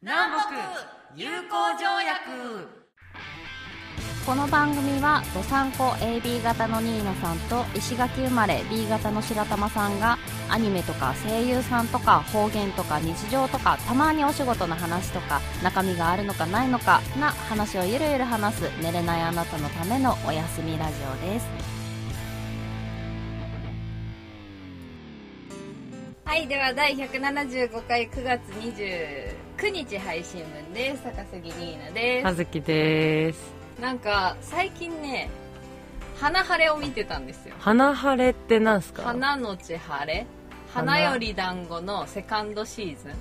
南北友好条約この番組はどさんこ AB 型のニーナさんと石垣生まれ B 型の白玉さんがアニメとか声優さんとか方言とか日常とかたまにお仕事の話とか中身があるのかないのかな話をゆるゆる話す寝れないあなたのためのおやすみラジオですはい、では第175回9月29日配信分です。高杉里奈で葉月ですす。なんか、最近ね、花晴れを見てたんですよ。花晴れってなんすか花のち晴れ花花より団子のセカンドシーズン。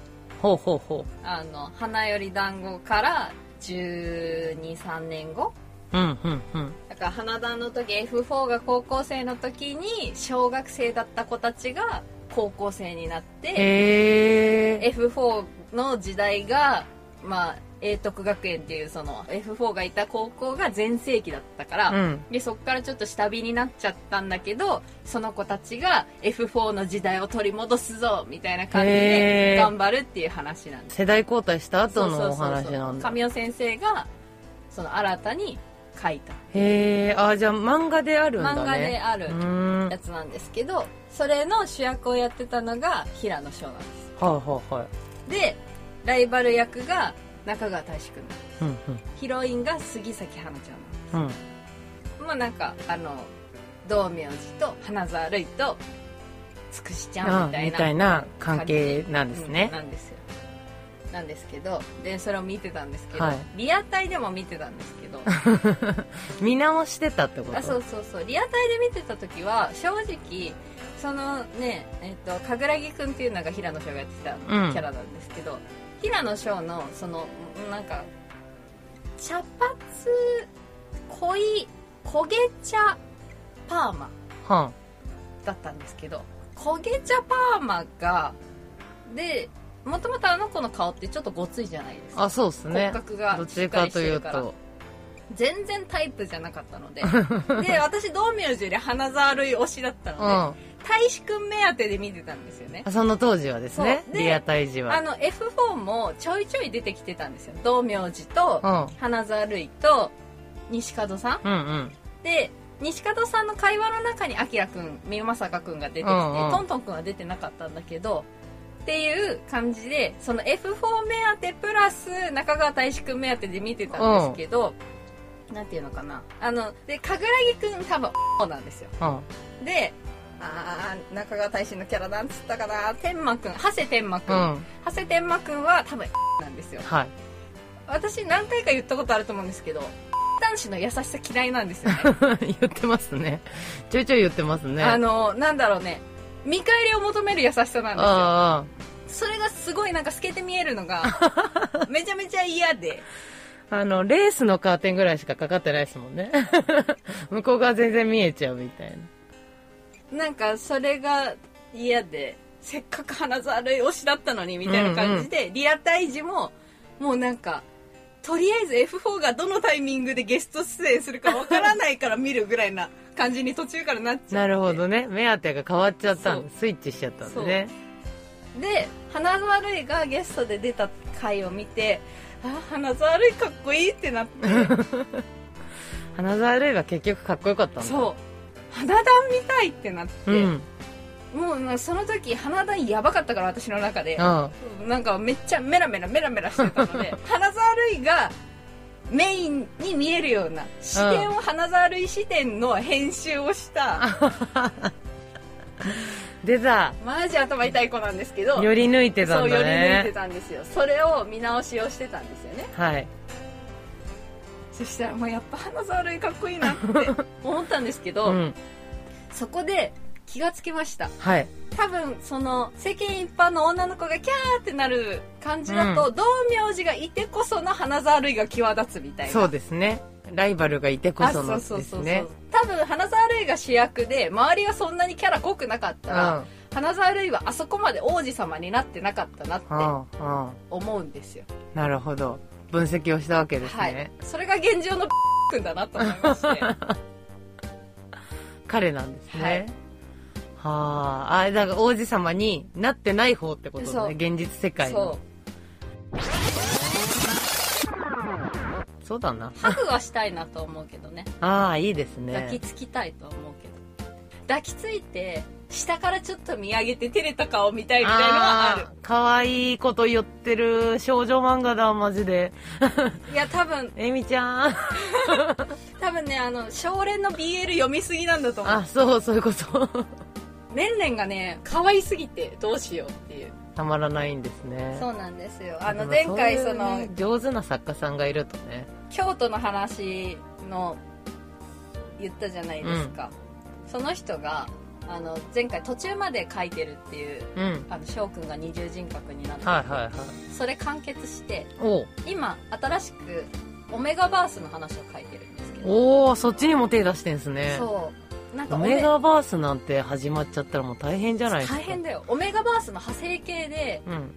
ほうほうほあの、花より団子から12、3年後ううんうんうんだから花壇の時 F4 が高校生の時に小学生だった子たちが高校生になって、へえ F4 の時代が、まあ、英徳学園っていうその F4 がいた高校が全盛期だったから、うんでそこからちょっと下火になっちゃったんだけどその子たちが F4 の時代を取り戻すぞみたいな感じへでー頑張るっていう話なんです世代交代した後そうそうのおそう話そうなんだ神尾先生がその新たに書いたへえあじゃあ漫画であるんだね漫画であるうーんやつなんですけどそれの主役をやってたのが平野翔なんですはいはいはいでライバル役が中川大志くうんんヒロインが杉咲花ちゃんなうんうんのまあなんかあの道明寺と花沢類とつくしちゃんあみたいみなたいな関係なんですうねんなんですよなんですけどでそれを見てたんですけど、はいリアタイでも見てたんですけど 見直してたってことあそうそうそうリアタイで見てた時は正直そのねえっと神楽木くんっていうのが平野翔がやってたキうんャラなんですけど、平野翔のそのなんか茶髪濃い焦げ茶パーマはんだったんですけど焦げ茶パーマがでもともとあの子の顔ってちょっとごついじゃないですかあそうっすね骨格がどっしっちかかりしとているうからと全然タイプじゃなかっ たのでで私道明寺より花沢類推しだったのうで、んあ大志くん目当てで見てたんですよねその当時はですねそうでリアタイ時あはの F4 もちょいちょい出てきてたんですよ道明寺とうん花沢類と西門さんうんうんで西門さんの会話の中に明くん三馬坂くんが出てきて、うんうんトントンくんは出てなかったんだけどっていう感じでその F4 目当てプラス中川大志くん目当てで見てたんですけど、なんていうのかなあので神楽木くん多分なんですようんであー中川大志のキャラなんつったかな天馬くん長谷天馬く、うんん長谷天馬くんは多分なんですよはい 私何回か言ったことあると思うんですけど男子の優しさ嫌いなんですよね言ってますねちょいちょい言ってますねあのなんだろうね見返りを求める優しさなんであすよそれがすごいなんか透けて見えるの がめちゃめちゃ嫌でああのレースのカーテンぐらいしかかかってないですもんね 向こう側全然見えちゃうみたいなんかそれが嫌でせっかく花沢類推しだったのにみたいな感じで、リアタイ時ももうなんかとりあえず F4 がどのタイミングでゲスト出演するかわからないから見るぐらいな感じに途中からなっちゃってななるほどね目当てが変わっちゃったんでそスイッチしちゃったんでねで花沢類がゲストで出た回を見てあ花沢類かっこいいってなって花沢類は結局かっこよかったんだそう花壇見たいってなって、うんうんもうなその時花壇やばかったから私の中であなんかめっちゃメラメラメラメラしてた ので花沢類がメインに見えるような視点を花沢類視点の編集をした、出たマジ頭痛い子なんですけどより抜いてたんそうだより抜いてねたんですよそれを見直しをしてたんですよねはいそしたらもうやっぱ花沢類かっこいいなって思ったんですけど、うんそこで気がつきましたはい多分その世間一般の女の子がキャーってなる感じだと、道明寺がいてこその花沢類が際立つみたいなそうですねライバルがいてこそのあですね多分花沢類が主役で周りがそんなにキャラ濃くなかったら、花沢類はあそこまで王子様になってなかったなってうんうんうん思うんですよ、なるほど分析をしたわけですね、はいそれが現状の くんだなと思い まして彼なんですね。はあ、あ、だから王子様になってない方ってことそだね、う現実世界その。うそうだな。ハグはしたいなと思うけどねああ、いいです抱きね。つきたいと思うけど抱きついて下からちょっと見上げて照れた顔見たいみたいのはあるあー、かわいいこと言ってる少女漫画だ、マジで。いや多分えみちゃん。多分ねあの少年の BL 読みすぎなんだと思うあ、そう、そういうこと。 レンレンがね可愛すぎてどうしようっていうたまらないんですね。そうなんですよあので前も回ういそうのね上手な作家さんがいるとね。京都の話の言ったじゃないですか、その人があの前回途中まで書いてるっていううん。あの翔くんが二重人格になって、はいはいはい。それ完結しておう今新しくオメガバースの話を書いてるんですけどおー、そっちにも手出してんすね。そうなんかオオメメガバースなんて始まっちゃったらもう大変じゃないですか。大変だよオメガバースの派生系でうん。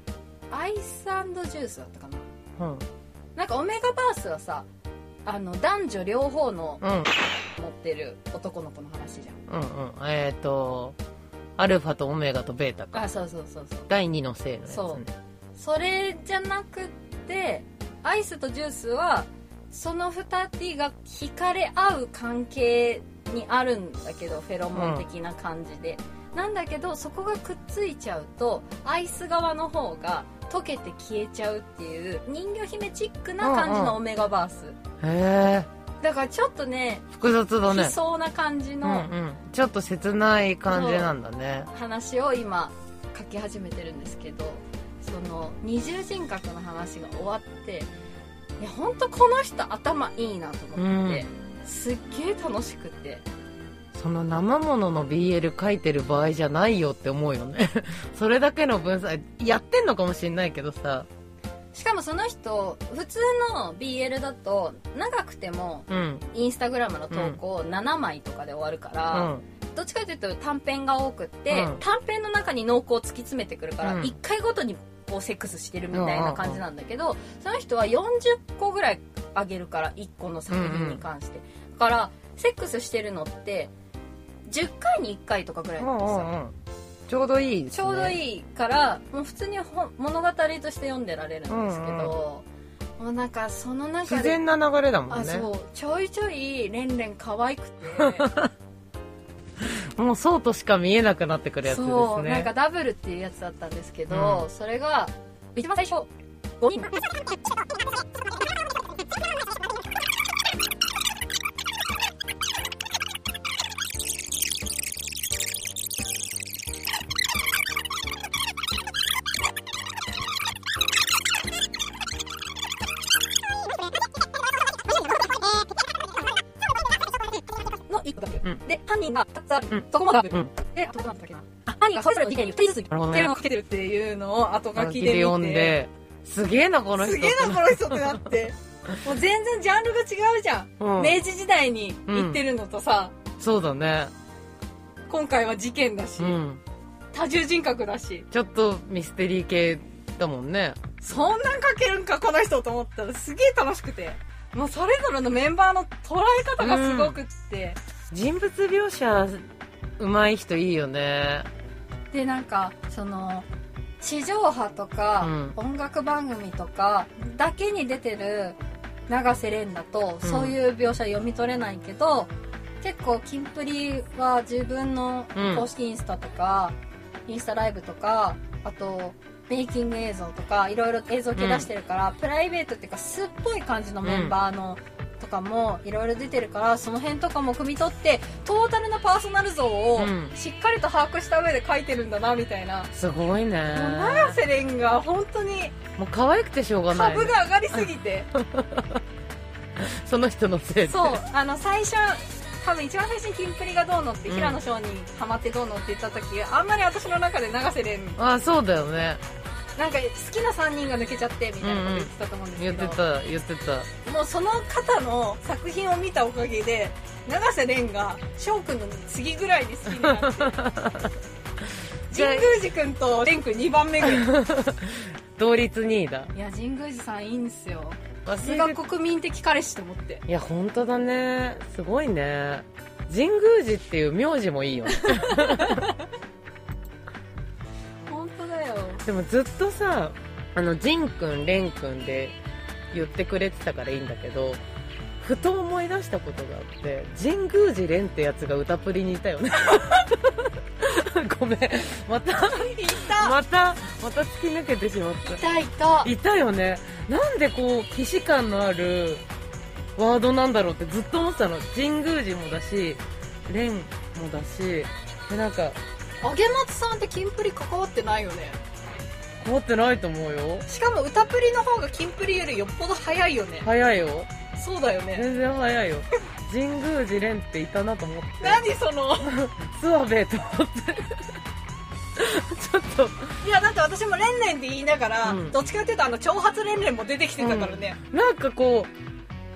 アイスジュースだったかなうん。なんかオメガバースはさあの男女両方のうん。持ってる男の子の話じうんうん。えっ、ー、と、アルファとオメガとベータゃんか。あそうそうそうそう第2の性のやつね。そうそれじゃなくってアイスとジュースはその2人が惹かれ合う関係にあるんだけどフェロモン的な感じで、なんだけどそこがくっついちゃうとアイス側の方が溶けて消えちゃうっていう人魚姫チックな感じうんうんのオメガバース、へえ、だからちょっとね複雑だ悲ね。壮な感じうんうのん。ちょっと切ない感じなんだね。話を今書き始めてるんですけどその二重人格の話が終わっていや本当この人頭いいなと思って、すっげえ楽しくてその生ものの BL 書いてる場合じゃないよって思うよね。 それだけの分散、やってんのかもしんないけどさ。しかもその人普通の BL だと長くてもうん。インスタグラムの投稿7枚とかで終わるかうら、ん。どっちかというと短編が多くって、うん短編の中に濃厚突き詰めてくるから、うん1回ごとにこうセックスしてるみたいな感じなんだけど、その人は40個ぐらいあげるから1個の作品に関して、だからセックスしてるのって10回に1回とかぐらいうんなんですよ、うんうん。ちょうどいいですちね。ょうどいいからもう普通に本物語として読んでられるんですけど、もうなんかその中自で然な流れだもあんね。そうちょいちょいレンレン可愛くて もうそうとしか見えなくなってくるやつですね。そうなんかダブルっていうやつだったんですけど、うんそれが一番最初5人の一個だけ、うんで犯人が2つある、うんそこもダブル、うんで、後書きなんだっけな。あ、何がそれぞれの事件に2人ずつってなるほどねいうのをかけてるっていうのを後書書ききで見でて。読んで、すげえな、この人。すげえな、この人ってなって。もう全然ジャンルが違うじゃん。うん明治時代に行ってるのとさ、そうだね。今回は事件だし、うん。多重人格だし、ちょっとミステリー系だもんね。そんなん書けるんか、この人と思ったらすげえ楽しくて。もうそれぞれのメンバーの捉え方がすごくって。人物描写、うまい人いいよね。でなんかその地上波とか、う音楽番組とかだけに出てる永瀬廉だと、うんそういう描写読み取れないけど結構キンプリは自分のうん公式インスタとか、インスタライブとかあとメイキング映像とかいろいろ映像系出してるから、プライベートっていうか素っぽい感じのメンバーの、とかもいろいろ出てるからその辺とかも汲み取ってトータルのパーソナル像うをんしっかりと把握した上で書いてるんだなみたいな、すごいね。もう永瀬廉が本当にもう可愛くてしょうがない。株が上がりすぎてその人のせいで。そうあの最初多分一番最初にキンプリがどうのって、平野翔にハマってどうのって言った時あんまり私の中で永瀬廉あ、そうだよね。なんか好きな3人が抜けちゃってみたいなこと言ってたと思うんですけ言っど、てた、言ってた。もうその方の作品を見たおかげで永瀬廉が翔くんの次ぐらいに好きになって じゃあ神宮寺くんと蓮くん2番目ぐらい同率2位だ。いや神宮寺さんいいんです よさす忘がれて国民的彼氏と思っていや、本当だね。すごいね。神宮寺っていう名字もいいよね。本当だよでもずっとさ、あの、ジンくん、レンくんで、言ってくれてたからいいんだけどふと思い出したことがあって神宮寺蓮ってやつが歌プリにいたよね ごめんまたいたまたまた突き抜けてしまったいたいたいたよねなんでこう既視感のあるワードなんだろうってずっと思ってたの神宮寺もだし蓮もだしでなんか揚げ松さんってキンプリ関わってないよね変わってないと思うよしかも歌プリの方がキンプリよりよっぽど早いよね早いよそうだよね全然早い よ神宮寺蓮っていたなと思って何その諏訪部と思ってちょっと いやだって私も「レンレン」って言いながら、うんどっちかっていうとあの長髪レンレンも出てきてたからね、なんかこ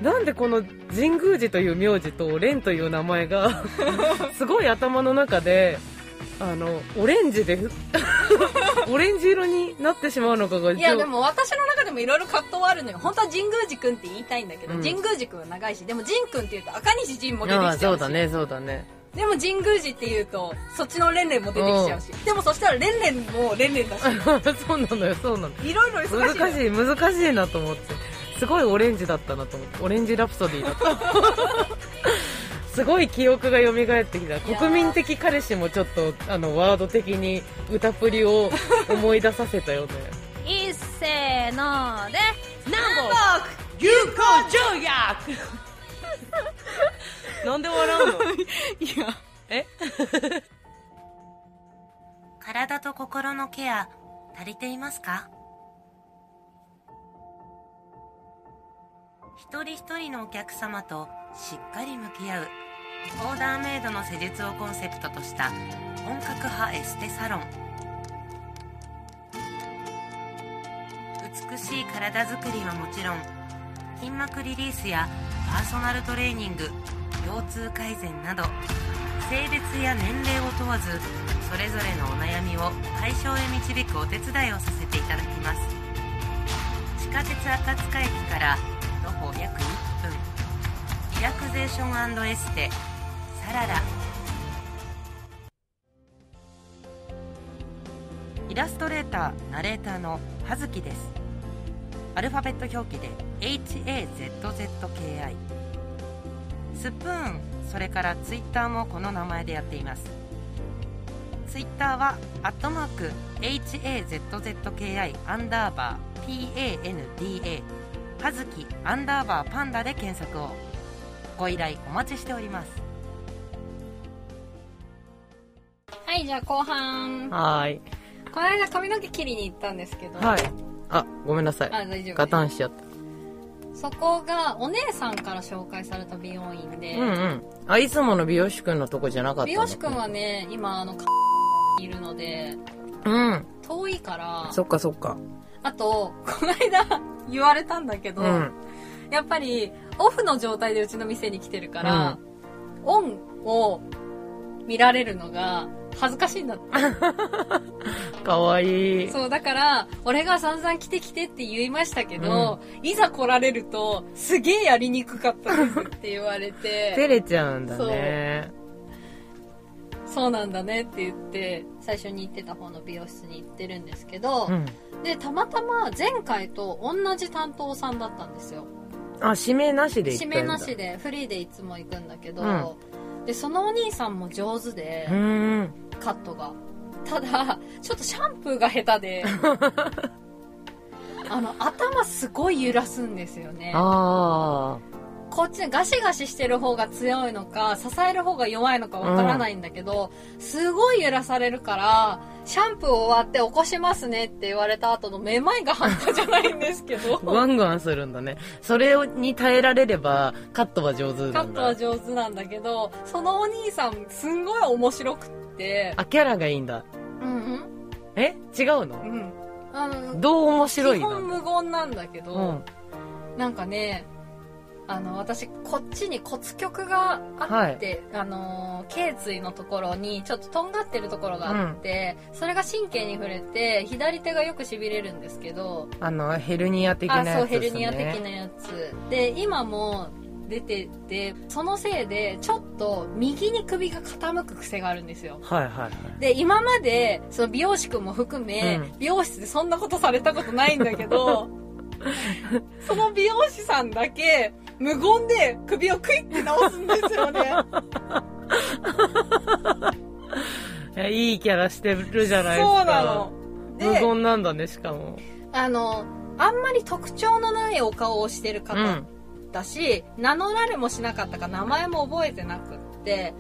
うなんでこの神宮寺という名字と蓮という名前 がすごい頭の中であのオレンジで オレンジ色になってしまうのかがいやでも私の中でもいろいろ葛藤はあるのよ本当は神宮寺くんって言いたいんだけど、うん神宮寺くんは長いしでも神くんっていうと赤西仁も出てきちあゃうあしそうだねそうだね でも神宮寺っていうとそっちのレンレンも出てきちゃうし、でもそしたらレンレンもレンレンだしそうなのよそうなの いろいろ難忙しいのよしい難しいなと思ってすごいオレンジだったなと思ってオレンジラプソディだった すごい記憶が蘇ってきたー国民的彼氏もちょっとあのワード的に歌プリを思い出させた よねいっせーのでハンバーグ有効条約なんで笑うのいやえ体と心のケア足りていますか一人一人のお客様としっかり向き合うオーダーメイドの施術をコンセプトとした本格派エステサロン美しい体づくりはもちろん筋膜リリースやパーソナルトレーニング腰痛改善など性別や年齢を問わずそれぞれのお悩みを解消へ導くお手伝いをさせていただきます地下鉄赤塚駅から徒歩約1分リラクゼーションエステサラライラストレーターナレーターの葉月ですアルファベット表記で HAZZKI スプーンそれからツイッターもこの名前でやっていますツイッターは「アットマーク #HAZZKI アンダーバー PANDA」「はずきアンダーバーパンダ」で検索をご依頼お待ちしておりますはいじゃあ後半はーいこの間髪の毛切りに行ったんですけど、はいあごめんなさいあ大丈夫ガタンしちゃった、そこがお姉さんから紹介された美容院で、うんうんあいつもの美容師くんのとこじゃなかったの美容師くんはね今あのいるのでうん遠いからそっかそっかあとこの間言われたんだけど、うんやっぱりオフの状態でうちの店に来てるから、オンを見られるのが恥ずかしいんだってかわいいそう、だから、俺が散々来て来てって言いましたけど、いざ来られると、すげえやりにくかったですって言われ照て、れちゃうんだねそうなんだねって言って、最初に行ってた方の美容室に行ってるんですけど、うんで、たまたま前回と同じ担当さんだったんですよ。あ指名なしで行った指んだ名なしで、フリーでいつも行くんだけど、うで、そのお兄さんも上手でう、ーんカットが。ただ、ちょっとシャンプーが下手 で、あの、頭すごい揺らすんですよね。あこっちガシガシしてる方が強いのか支える方が弱いのかわからないんだけど、すごい揺らされるからシャンプー終わって起こしますねって言われた後のめまいが半端じゃないんですけど あグワングワンするんだねそれに耐えられればカットは上手なんだカットは上手なんだけどそのお兄さんすんごい面白くってあキャラがいいんだうんえ違ううのんうんあのどう面基白いな本無言なんだけうどん、なんかねあの私こっちに骨曲があって、あのー頸椎のところにちょっととんがってるところがあって、それが神経に触れて左手がよくしびれるんですけどあのヘルニア的なやあつです、ね、そうヘルニア的なやつで今も出ててそのせいでちょっと右に首が傾く癖があるんですよはいはいはいで今までその美容師くんも含め、うん 美容室でそんなことされたことないんだけどその美容師さんだけ、無言で首をクイッて直すんですよね。いやいいキャラしてる じゃないですかそうなの。で無言なんだねしかもあの、あんまり特徴のないお顔をしてるう方んだし、名乗られもしなかったか名前も覚えてなくって、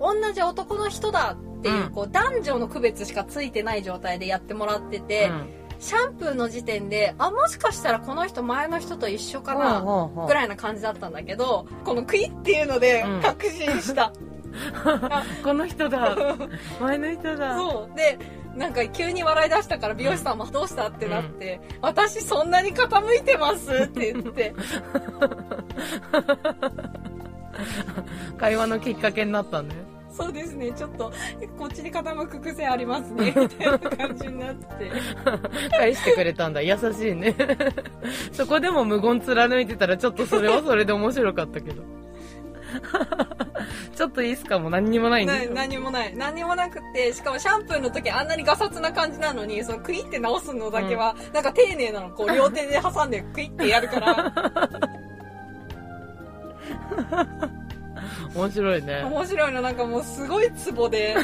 同じ男の人だっていう、うんこう、男女の区別しかついてない状態でやってもらってて、シャンプーの時点で、あ、もしかしたらこの人前の人と一緒かな、ぐこらいな感じだったんだけど、このクイっていうのでうん確信した。の人だ前の人だ そう。で、なんか急に笑い出したから美容師さんもどうしたってなって、私そんなに傾いてますって言って、会話のきっかけになったねそうですね、ちょっと、こっちに傾く癖ありますね、みたいな感じになって。返してくれたんだ優しいね そこでも無言貫いてたらちょっとそれはそれで面白かったけど ちょっといいっすかも何にもないんなですよ何もない。何もなくて、しかもシャンプーの時あんなにガサツな感じなのに、そのクイって直すのだけは、なんか丁寧なの、こう両手で挟んでクイってやるから、面白いね面白いの、なんかもうすごいツボで。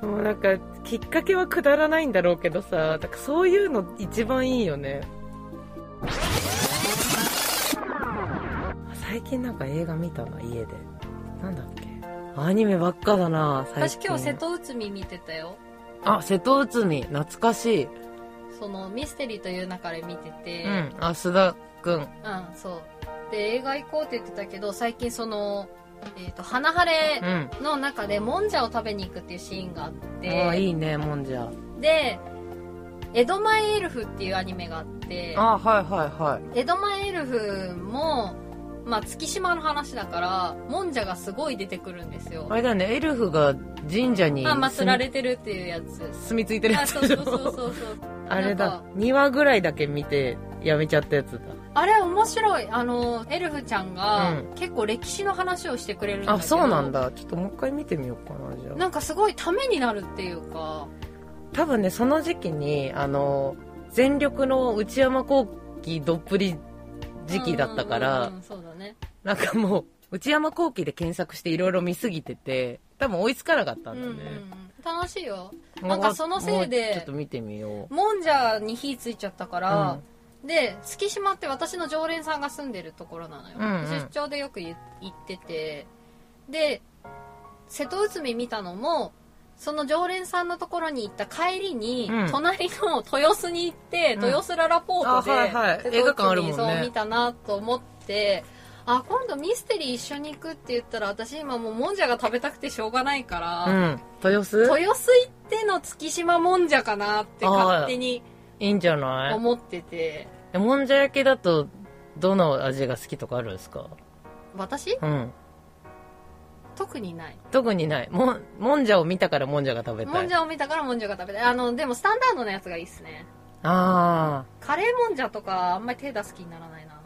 もうなんかきっかけはくだらないんだろうけどさだからそういうの一番いいよね最近なんか映画見たな家でなんだっけアニメばっかだな最近内海見てたよ。あ瀬戸内海懐かしいそのミステリーという中で見ててうんあ須田君うん、そう。で、映画行こうって言ってたけど、最近その、えっ、と、花晴うれんの中で、もんじゃを食べに行くっていうシーンがあっああて、いいねもんじゃで、江戸前エルフっていうアニメがあって、あはいはいはい江戸前エルフも、まあ、月島の話だから、もんじゃがすごい出てくるんですよあ。れだねエルフが神社にまあ、まあ、住すみられてるっていうや つ。住み着いてるやあ、つそうでしそょうそ うそうそう。あれなだんか2話ぐらいだけ見てやめちゃったやつだあれ面白い。あの、エルフちゃんが、うん結構歴史の話をしてくれるんだけど。あそうなんだちょっともう一回見てみようかなじゃあなんかすごいためになるっていうか、多分ねその時期にあの全力の内山昂輝どっぷり時期だったから、うんうんうんそうだねなんかもう内山昂輝で検索していろいろ見すぎてて多分追いつかなかったうんんだうよんね、うん楽しいよもうなんかそのせいもでうちょっと見てみようもんじゃに火ついちゃったから、で月島って私の常連さんが住んでるところなのよ、うんうん出張でよくい行っててで瀬戸内海見たのもその常連さんのところに行った帰りに、うん隣の豊洲に行って、うん豊洲ララポートで、あはいはい瀬戸内海映画館あるもんねそう見たなと思ってあ今度ミステリー一緒に行くって言ったら私今もうもんじゃが食べたくてしょうがないから、うん豊洲豊洲行っての月島もんじゃかなって勝手にいいんじゃない思っててえもんじゃ焼きだとどの味が好きとかあるんですか私うん特にない特にないもんもんじゃを見たからもんじゃが食べたいもんじゃを見たからもんじゃが食べたいあのでもスタンダードなやつがいいっすねあカレーもんじゃとかあんまり手出す気にならないな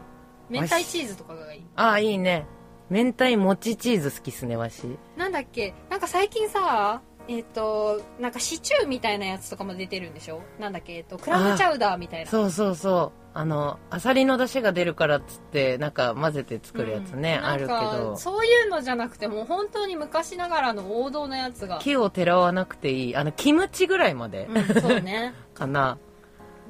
明太チーズとかがいいーあーいいね明太もちチーズ好きっすねわしなんだっけなんか最近さえっ、となんかシチューみたいなやつとかも出てるんでしょなんだっけ、えっとクラムチャウダーみたいなそうそうそうあのアサリの出汁が出るからっつってなんか混ぜて作るやつね、うんあるけなんかどそういうのじゃなくてもう本当に昔ながらの王道のや つが、木をてらわなくていいあのキムチぐらいまで、うん、そうねかな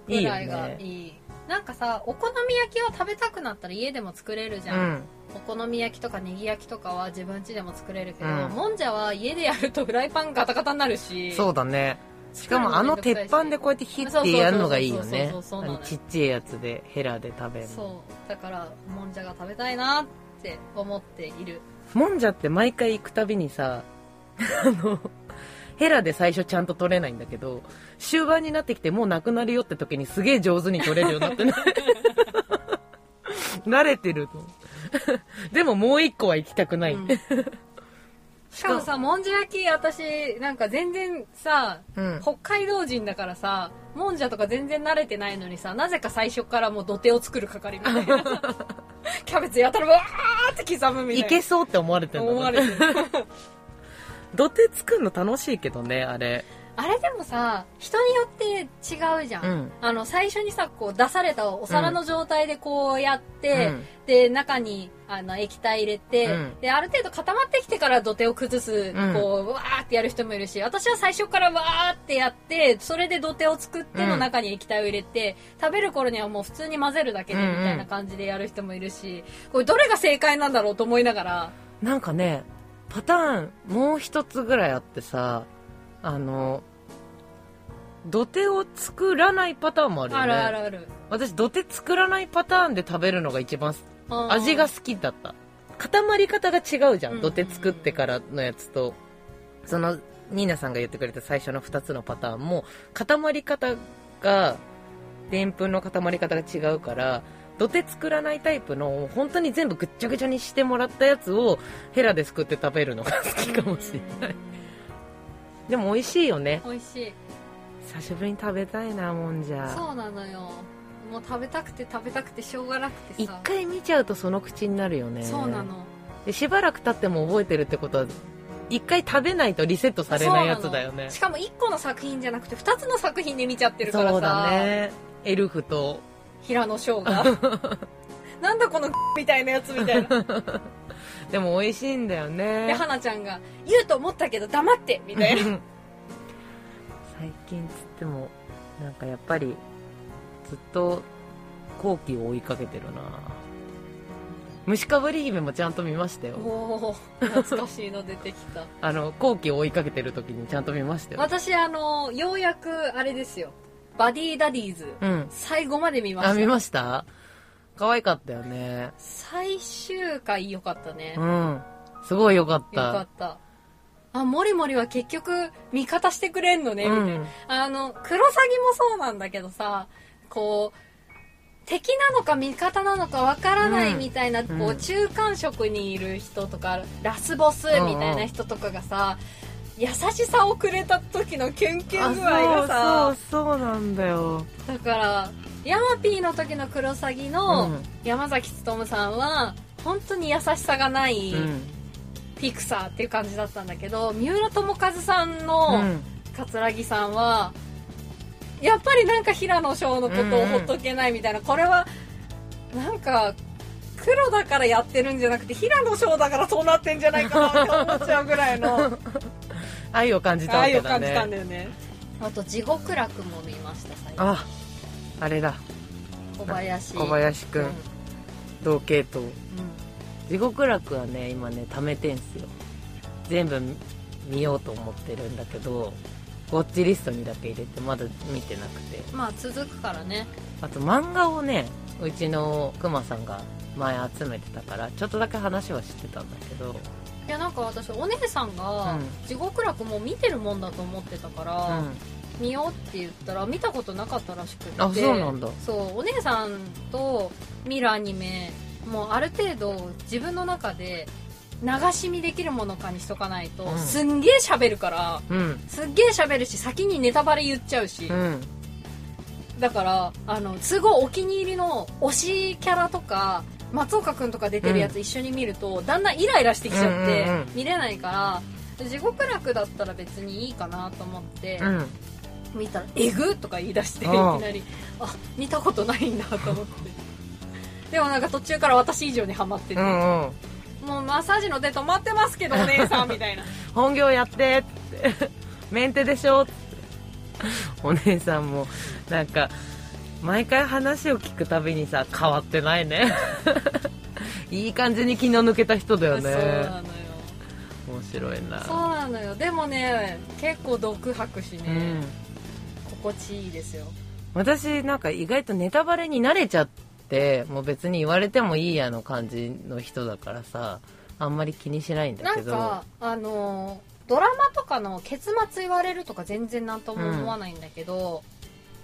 ぐいいよらいがいいねなんかさお好み焼きを食べたくなったら家でも作れるじうゃん、んお好み焼きとかネギ焼きとかは自分家でも作れるけど、うんもんじゃは家でやるとフライパンガタガタになるしそううだねしかもあの鉄板でこうやってヒッてやるのがいいよねそうそうそうそうそうそうそうあのちっちゃいやつでヘラで食べるそうだからもんじゃが食べたいなって思っているもんじゃって毎回行くたびにさ、 あの、ヘラで最初ちゃんと取れないんだけど、終盤になってきてもうなくなるよって時にすげえ上手に取れるようになってね。慣れてるの。 でももう一個は行きたくない。うんしかもさもんじゃ焼き私なんか全然さ、うん北海道人だからさもんじゃとか全然慣れてないのにさなぜか最初からもう土手を作る係みたいなさ キャベツやたらわーって刻むみいたいけなそうって思われてる思のわれてる土手作るの楽しいけどね、あれ。あれでもさ人によって違うじゃん、うんあの最初にさこう出されたお皿の状態でこうやって、うんで中にあの液体入れて、うんである程度固まってきてから土手を崩す、うんこうわーってやる人もいるし私は最初からわーってやってそれで土手を作ってうのん中に液体を入れて、食べる頃にはもう普通に混ぜるだけでうんうんみたいな感じでやる人もいるし、これどれが正解なんだろうと思いながらなんかねパターンもう一つぐらいあってさあの土手を作らないパターンもあるよねあるあるある私土手作らないパターンで食べるのが一番あー味が好きだった固まり方が違うじゃうんん土手作ってからのやつとそのニーナさんが言ってくれた最初の2つのパターンも固まり方がでんぷんの固まり方が違うから土手作らないタイプの本当に全部ぐっちゃぐちゃにしてもらったやつをヘラですくって食べるのが好きかもしれないでも美味しいよね美味しい久しぶりに食べたいなもんじゃそうなのよもう食べたくて食べたくてしょうがなくて一さ回見ちゃうとその口になるよねそうなのでしばらく経っても覚えてるってことは一回食べないとリセットされないやつだよねしかも1個の作品じゃなくて2つの作品で見ちゃってるからさそうだねエルフと平野 翔がなんだこの みたいなやつみたいなでも美味しいんだよ でね花ちゃんが「言うと思ったけど黙って」みたい な最近つってもなんかやっぱりずっと後期を追いかけてるな虫かぶり姫もちゃんと見ましたよおお懐かしいの出てきたあの後期を追いかけてる時にちゃんと見ましたよ私あのようやくあれですよバディダディーズ、うん最後まで見まあ見したました可愛かったよね最終回よかったね、うんすごい良かっよかたったあモリモリは結局味方してくれんのね、みたいなうんあの、クロサギもそうなんだけどさ、こう、敵なのか味方なのかわからないうんみたいな、んこう、中間色にいる人とか、ラスボスみたいな人とかがさ、優しさをくれた時のキュンキュン具合があさ、そうそうそうなんだよだから、ヤマピーの時のクロサギうのん山崎努さんは、本当に優しさがないうんピクサーっていう感じだったんだけど、三浦友和さんうの、ん桂木さんはやっぱりなんか平野翔のことをほっとけないみたいな、これはなんか黒だからやってるんじゃなくて平野翔だからそうなってんじゃないかなって思っちゃう ぐらいの愛を感じたわ愛けをだ感じたんねだよねあと地獄楽も見ました最近ああれだ小林小林くうんん同系統うん地獄楽はね今ね貯めてんすよ全部見ようと思ってるんだけどウォッチリストにだけ入れてまだ見てなくてまあ続くからねあと漫画をねうちのくまさんが前集めてたからちょっとだけ話は知ってたんだけどいやなんか私お姉さんがうん地獄楽も見てるもんだと思ってたから、う見ようって言ったら見たことなかったらしくてあそうなんだそうお姉さんと見るアニメもうある程度自分の中で流し見できるものかにしとかないと、うんすんげえ喋るからんうんすっげえ喋るし先にネタバレ言っちゃうし、うんだからあのすごいお気に入りの推しキャラとか松岡君とか出てるやつ一緒に見ると、だんだんイライラしてきちゃって、うんうんうん見れないから地獄楽だったら別にいいかなと思って、うん見たら「えぐ!」とか言い出していきうんなりあ見たことないんだと 思ってでもなんか途中から私以上にハマってて、うんうんもうマッサージの手止まってま すけどお姉さんみたいな本業やってってメンテでしょってお姉さんもなんか毎回話を聞くたびにさ変わってないね いい感じに気の抜けた人だよそうねなのよ面白いそうななのよでもね結構毒吐くしうねん、心地いいですよ私なんか意外とネタバレに慣れちゃってもう別に言われてもいいやの感じの人だからさあんまり気にしないんだなけんどかあのドラマとかの結末言われるとか全然なんとも思わないんだけど、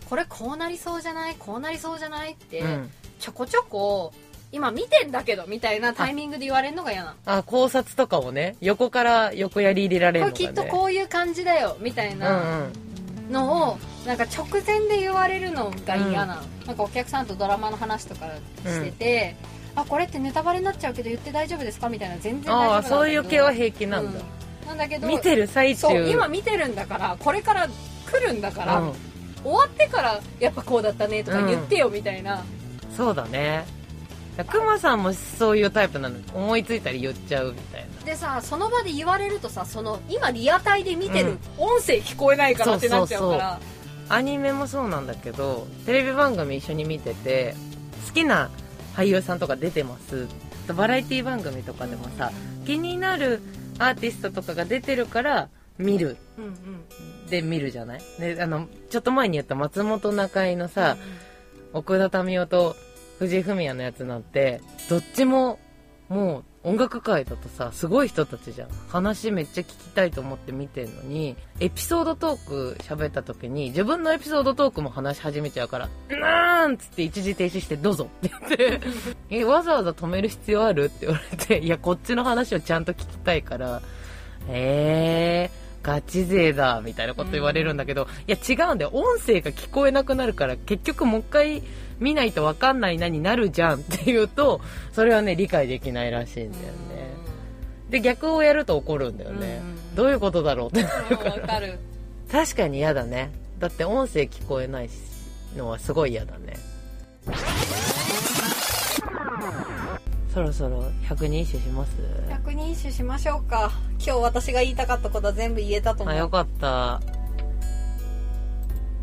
これこうなりそうじゃないこうなりそうじゃないって、うん、ちょこちょこ今見てんだけどみたいなタイミングで言われるのが嫌なのあ考察とかもね横から横やり入れられこるれのが、ね、きっとこういう感じだよみたいうなんうんのをなんか直前で言われるのが嫌なの、なんかお客さんとドラマの話とかしてて、あこれってネタバレになっちゃうけど言って大丈夫ですかみたいな全然大丈夫ああなんだけどそういう系は平気なんだ、うなんだけど見てる最中そう今見てるんだからこれから来るんだから、うん終わってからやっぱこうだったねとか言ってよみたいな、そうだねくまさんもそういうタイプなの思いついたり言っちゃうみたいなでさその場で言われるとさその今リアタイで見てる音声聞こえないからってなっちゃうからアニメもそうなんだけどテレビ番組一緒に見てて好きな俳優さんとか出てますあとバラエティ番組とかでもさ気になるアーティストとかが出てるから見るうんうんで見るじゃないであのちょっと前に言った松本中居のさ奥田民生と藤井フミヤのやつなんてどっちももう音楽界だとさすごい人たちじゃん話めっちゃ聞きたいと思って見てんのにエピソードトーク喋った時に自分のエピソードトークも話し始めちゃうから「なん!」つって一時停止して「どうぞ」って言って「えわざわざ止める必要ある?」って言われて「いやこっちの話をちゃんと聞きたいからえー」ガチ勢だみたいなこと言われるんだけど、いや違うんだよ音声が聞こえなくなるから結局もう一回見ないと分かんないなになるじゃんっていうとそれはね理解できないらしいんだよねで逆をやると怒るんだよね、うんどういうことだろうって うんわかる確かに嫌だねだって音声聞こえないのはすごい嫌だねそろそろ100人一首します百人一首しましょうか今日私が言いたかったことは全部言えたと思あようかったあ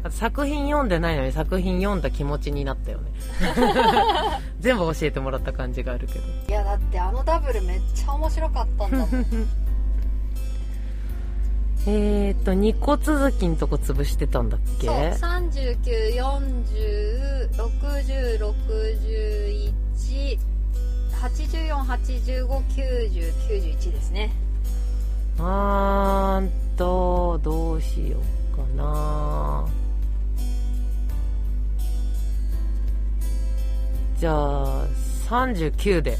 と作品読んでないのに作品読んだ気持ちになったよ ね 全部教えてもらった感じがあるけどいやだってあのダブルめっちゃ面白かった んだもんえー、っと2個続きんとこ潰してたんだっけそう3940606184859091ですねあーんとどうしようかなじゃあ39で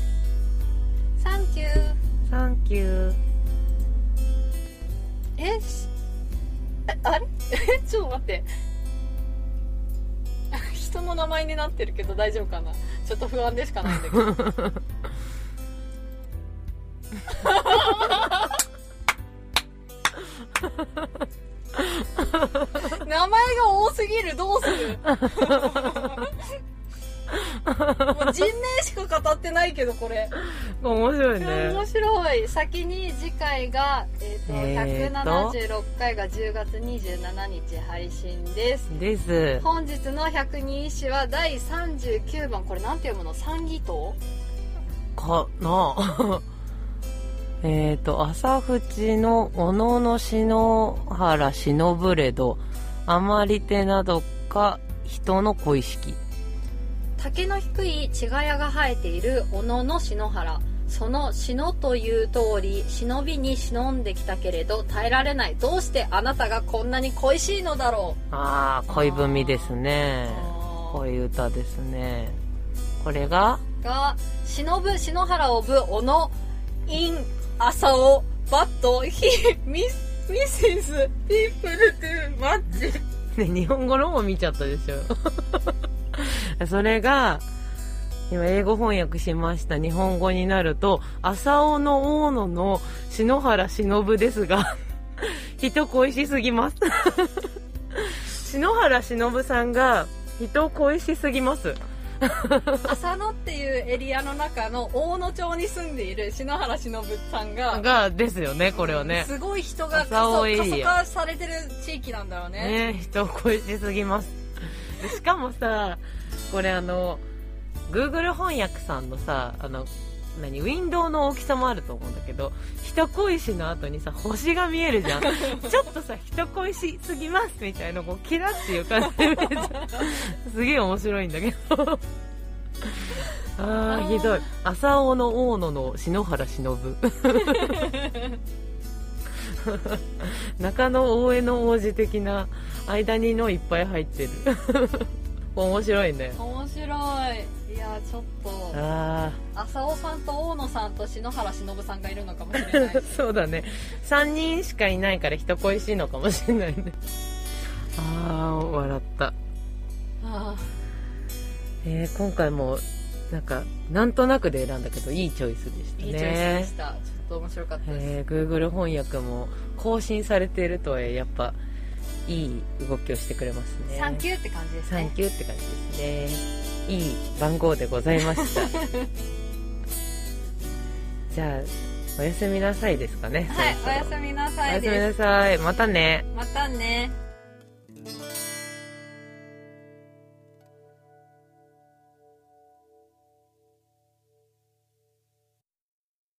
サンキューサンキューえしえあれ えちょっと待って 人の名前になってるけど大丈夫かなちょっと不安でしかないんだけど名前が多すぎるどうする もう人名しか語ってないけどこれ面白いね面白い先に次回が、ええーーとと176回が10月27日配信ですです本日の百人一首は第39番これなんて読むの三義党かな えっと朝淵の小野の篠原忍ぶれどあまり手などか人の小意識竹の低い茅がやが生えている小野の篠原その篠という通り忍びに忍んできたけれど耐えられないどうしてあなたがこんなに恋しいのだろああ恋文ですねう恋歌ですねこれがが忍ぶ篠原をぶ小野イン朝尾バットヒミスミセスピープルトゥマッチね日本語のも見ちゃったでしょそれが今英語翻訳しました日本語になると朝尾の大野の篠原忍ですが 人恋しすぎます 篠原忍さんが人恋しすぎます朝野っていうエリアの中の大野町に住んでいる篠原忍さんががですよねこれはねすごい人が過朝尾エ疎過疎リア化されてる地域なんだろうねね人を恋しすぎますでしかもさこれあの Google 翻訳さんのさあの何ウィンドウの大きさもあると思うんだけど人恋しの後にさ星が見えるじゃんちょっとさ人恋しすぎますみたいなこうキラっていう感じで見えちゃうすげえ面白いんだけどああひどい朝尾の大野の篠原忍中野大江の王子的な間にのいっぱい入ってる 面白いね面白いいやちょっとあ朝尾さんと大野さんと篠原忍さんがいるのかもしれな いあそうだね3人しかいないから人恋しいのかもしれないねああ笑った、あーえー今回もなんかなんとなくで選んだけどいいチョイスでしたねいいチョイスでした。ちと面白かったですえー Google 翻訳も更新されているとはいえやっぱいい動きをしてくれますねサンキューって感じですサンねキューって感じですねいい番号でございました じゃあおやすみなさいですかねはいそおろやそすろみなおさやいすみでなすさいまたねまたね